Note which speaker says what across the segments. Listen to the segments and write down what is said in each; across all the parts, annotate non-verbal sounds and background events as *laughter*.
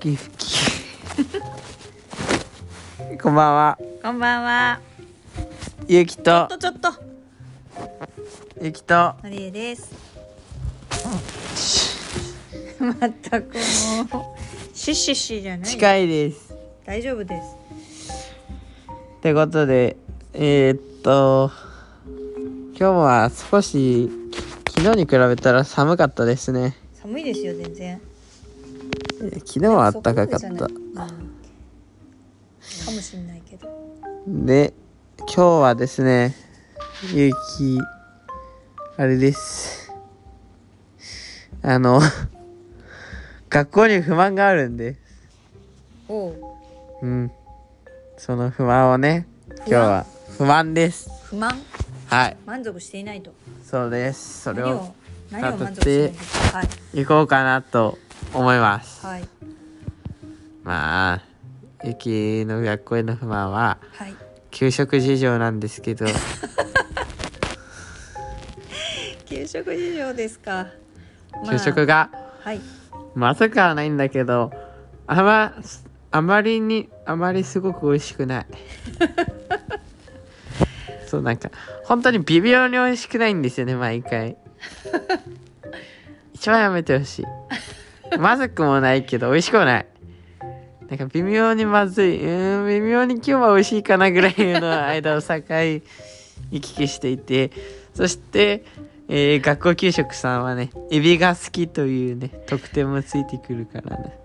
Speaker 1: きふき *laughs* こんばんは
Speaker 2: こんばんは。
Speaker 1: ゆきと
Speaker 2: ちょっとちょっと。
Speaker 1: ゆきと
Speaker 2: のりえです。またこの。シッシッシッじゃない。
Speaker 1: 近いです
Speaker 2: 大丈夫です。
Speaker 1: ってことでえー、っと今日は少し昨日に比べたら寒かったですね
Speaker 2: 寒いですよ、全然。
Speaker 1: えー昨日は暖かかっ
Speaker 2: そこま
Speaker 1: た
Speaker 2: でじゃないうんかもしんないけど。
Speaker 1: で今日はですねゆきあれですあの *laughs* 学校に不満があるんで
Speaker 2: おう
Speaker 1: うんその不満をね今日は不満です
Speaker 2: 不満、
Speaker 1: はい
Speaker 2: 満足していないと。
Speaker 1: そうですそれ
Speaker 2: 何
Speaker 1: を
Speaker 2: を。何を満足していないんですか。はい。
Speaker 1: 行こうかなと思います
Speaker 2: はい。
Speaker 1: まあゆきの学校への不満は
Speaker 2: はい。
Speaker 1: 給食事情なんですけど
Speaker 2: 給食事情ですか。まあ
Speaker 1: 給食。が
Speaker 2: はい。
Speaker 1: まずくはないんだけどあまあまりにあまりすごく美味しくないそうなんか本当に微妙に美味しくないんですよね毎回一番やめてほしいまずくもないけど美味しくもないなんか微妙にまずいうーん微妙に今日は美味しいかなぐらいの間を境行き来していてそして、えー学校給食さんはねエビが好きというね特典もついてくるからね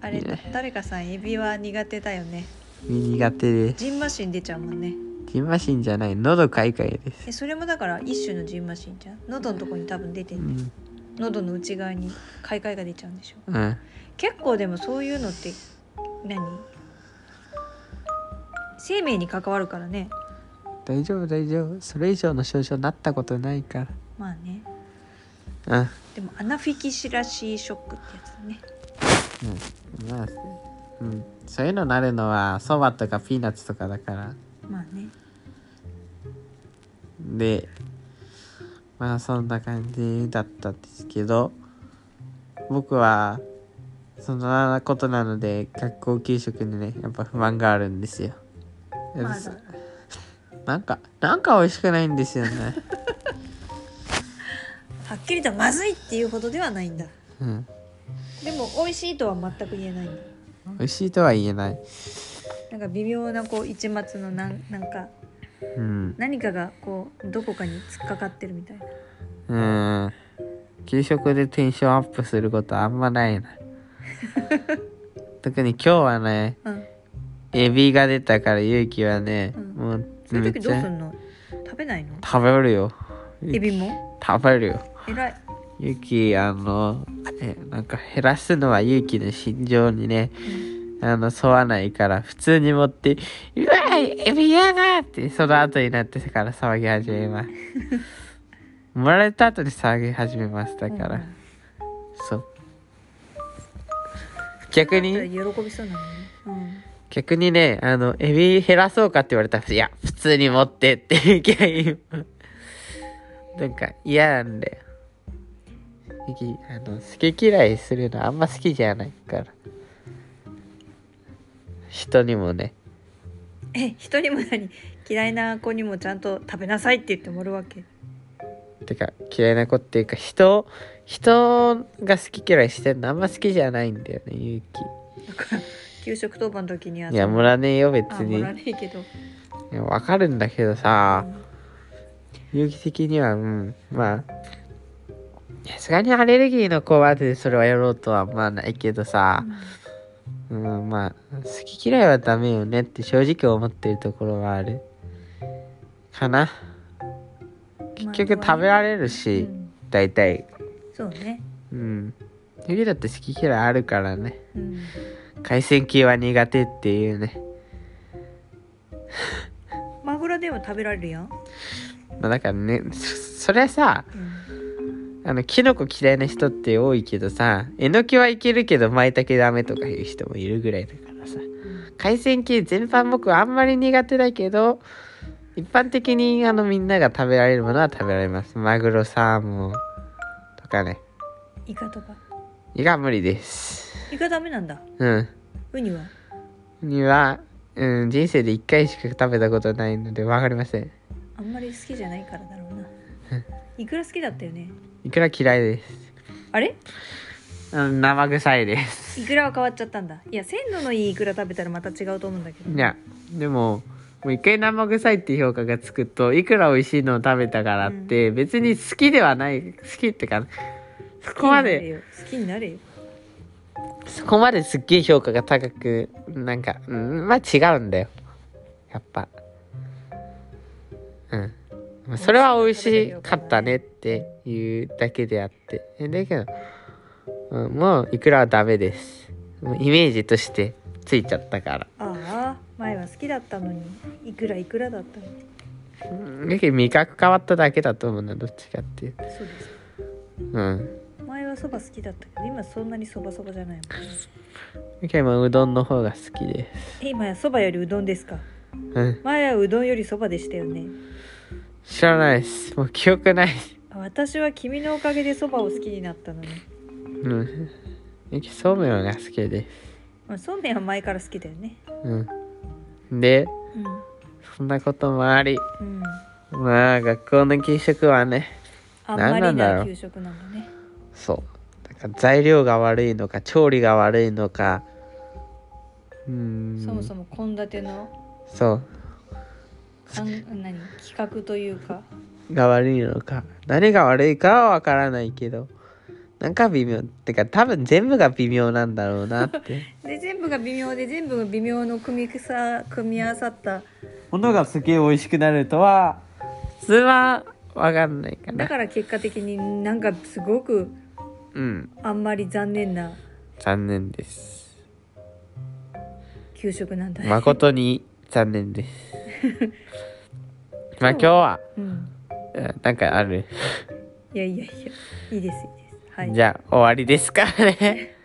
Speaker 2: あれ
Speaker 1: いいね、
Speaker 2: 誰かさん、エビは苦手だよね。
Speaker 1: 苦手で
Speaker 2: ジンマシン出ちゃうもんね。
Speaker 1: ジンマシンじゃない喉かいかいです、
Speaker 2: えそれもだから一種のジンマシンじゃん喉のとこに多分出て
Speaker 1: うん
Speaker 2: ね
Speaker 1: ん
Speaker 2: 喉の内側に開会が出ちゃうんでしょ
Speaker 1: うん、
Speaker 2: 結構でもそういうのって何生命に関わるからね
Speaker 1: 大丈夫大丈夫それ以上の症状になったことないか
Speaker 2: まあね
Speaker 1: ら
Speaker 2: でもアナフィキシラシーショックってやつだね
Speaker 1: うんまあうんそういうのなるのはそばとかピーナッツとかだから
Speaker 2: まあね
Speaker 1: でまあそんな感じだったんですけど僕はそんなことなので学校給食にねやっぱ不満があるんですよ。
Speaker 2: まだ
Speaker 1: なんかなんか美味しくないんですよね。 *laughs*
Speaker 2: はっきりとまずいっていうほどではないんだ
Speaker 1: うん、
Speaker 2: でも美味しいとは全く言えないんだ
Speaker 1: 美味しいとは言えない。
Speaker 2: なんか微妙なこう一末のなんなんか
Speaker 1: うん、
Speaker 2: 何かがこうどこかに突っかかってるみたい
Speaker 1: う
Speaker 2: な
Speaker 1: ん給食でテンションアップすることあんまない
Speaker 2: *laughs*
Speaker 1: な。特に今日はね
Speaker 2: うん
Speaker 1: エビが出たから勇気はね、
Speaker 2: うん
Speaker 1: もう
Speaker 2: そういう時どうす
Speaker 1: めっ
Speaker 2: んの食べないの
Speaker 1: ちゃ食べるよ。
Speaker 2: エビも
Speaker 1: 食べるよ。
Speaker 2: 偉い、
Speaker 1: ゆき、あの、え、なんか減らすのはゆきの心情にね、あの、沿わないから、普通に持って、うわーエビ嫌だって、その後になってから騒ぎ始め
Speaker 2: *laughs*
Speaker 1: ます。生まれた後に騒ぎ始めましたから、
Speaker 2: うん
Speaker 1: そう。逆
Speaker 2: だ
Speaker 1: に、
Speaker 2: から喜びそうなのね、
Speaker 1: 逆にね、あの、エビ減らそうかって言われたら、いや、普通に持ってっていう *laughs* 気が今なんか嫌なんだよ。ゆきあの、好き嫌いするのあんま好きじゃないから。人にもね。
Speaker 2: うん、え一人も何嫌いな子にもちゃんと食べなさいって言ってもらうわけ
Speaker 1: てか、嫌いな子っていうか、人、人が好き嫌いしてんのあんま好きじゃないんだよね、ゆ
Speaker 2: だから給食当番の時には
Speaker 1: き。いや、もらねえよ、別
Speaker 2: あ
Speaker 1: に。
Speaker 2: もら
Speaker 1: い
Speaker 2: ねえけど
Speaker 1: やわかるんだけどさ。有機的にはうんまあさすがにアレルギーの子はでそれはやろうとはまあないけどさ、うん、まあ好き嫌いはダメよねって正直思ってるところはあるかな結局食べられる
Speaker 2: うん
Speaker 1: し、
Speaker 2: うん
Speaker 1: 大体
Speaker 2: そうね、
Speaker 1: うんゆりだって好き嫌いあるからね
Speaker 2: うん、
Speaker 1: 海鮮系は苦手っていうね
Speaker 2: マグロでも食べられるやん、
Speaker 1: まあだからねそそれはさ
Speaker 2: うん
Speaker 1: あのキノコ嫌いな人って多いけどさえのきはいけるけど舞茸ダメとかいう人もいるぐらいだからさ
Speaker 2: うん
Speaker 1: 海鮮系全般僕はあんまり苦手だけど一般的にあのみんなが食べられるものは食べられますマグロサーモンとかね
Speaker 2: イカとか
Speaker 1: 胃が無理です
Speaker 2: イカダメなんだ
Speaker 1: うん
Speaker 2: ウニは
Speaker 1: には、うん、人生で1回しか食べたことないので分かりません
Speaker 2: あんまり好きじゃないからだろうなイクラ好きだったよね
Speaker 1: いくら嫌いです、
Speaker 2: あれ
Speaker 1: うん、生臭いです
Speaker 2: イクラは変わっちゃったんだいや鮮度のいいイクラ食べたらまた違うと思うんだけど
Speaker 1: いやでももう一回生臭いっていう評価がつくといくら美味しいのを食べたからって、別に好きではない好きってかそこまで
Speaker 2: 好きになれよ
Speaker 1: そこまですっげえ評価が高くなんか、うん、まあ違うんだよやっぱうんまあそれは美味しかったねっていうだけであってえだけど、うん、もういくらはダメですもうイメージとしてついちゃったから
Speaker 2: ああ前は好きだったのにイクライクラだったのに
Speaker 1: うんだけど味覚変わっただけだと思うなどっちかっていう
Speaker 2: そうです
Speaker 1: うん
Speaker 2: 前はそば好きだったけど今そんなにそばそばじゃないもんね
Speaker 1: だけど今うどんの方が好きです
Speaker 2: え今やそばよりうどんですか
Speaker 1: うん
Speaker 2: 前はうどんよりそばでしたよね
Speaker 1: 知らないですもう記憶ない
Speaker 2: あ私は君のおかげでそばを好きになったのに、
Speaker 1: うんだけどそうめんが好きです
Speaker 2: まあ、そうめんは前から好きだよね
Speaker 1: うん。で、そんなこともあり、
Speaker 2: うん、うん、
Speaker 1: まあ学校の給食はね、
Speaker 2: あんまり
Speaker 1: 何なんだ
Speaker 2: な
Speaker 1: ろう
Speaker 2: 給食なんだね
Speaker 1: そう。なんか材料が悪いのか、調理が悪いのか、うーん。
Speaker 2: そもそも献立の
Speaker 1: そう。
Speaker 2: かん何企画というか
Speaker 1: が悪いのか、何が悪いかはわからないけど、なんか微妙。てか多分全部が微妙なんだろうな *laughs* って。
Speaker 2: で全部が微妙で全部が微妙の組み草組み合わさった
Speaker 1: ものがすげえ美味しくなるとは、普通はわかんないか
Speaker 2: だ
Speaker 1: な。
Speaker 2: から結果的になんかすごく
Speaker 1: うん。
Speaker 2: あんまり残念な
Speaker 1: 残念です。
Speaker 2: *laughs* 給食なんだね、
Speaker 1: 誠に残念です。
Speaker 2: *laughs*
Speaker 1: まあ今日は、
Speaker 2: うん、
Speaker 1: うんなんかある、
Speaker 2: いやいやいやいいですいいですはい
Speaker 1: じゃあ終わりですかね。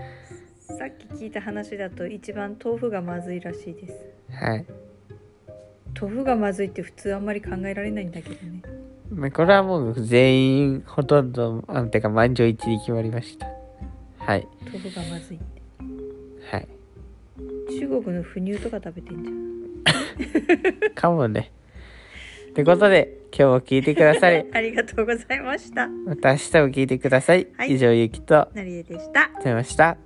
Speaker 1: *laughs*
Speaker 2: さっき聞いた話だと一番豆腐がまずいらしいです
Speaker 1: はい。
Speaker 2: 豆腐がまずいって普通あんまり考えられないんだけどね
Speaker 1: まあこれはもう全員ほとんど、あてか満場一致に決まりました。はい。
Speaker 2: 豆腐がまずいって
Speaker 1: はい。
Speaker 2: 中国の腐乳とか食べてんじゃん
Speaker 1: かもね。ってことで、今日も聞いてくださ
Speaker 2: *laughs*
Speaker 1: い。
Speaker 2: ありがとうございました
Speaker 1: また明日も聞いてください。
Speaker 2: はい
Speaker 1: 以上、ゆきと、
Speaker 2: なりえでした
Speaker 1: さよました。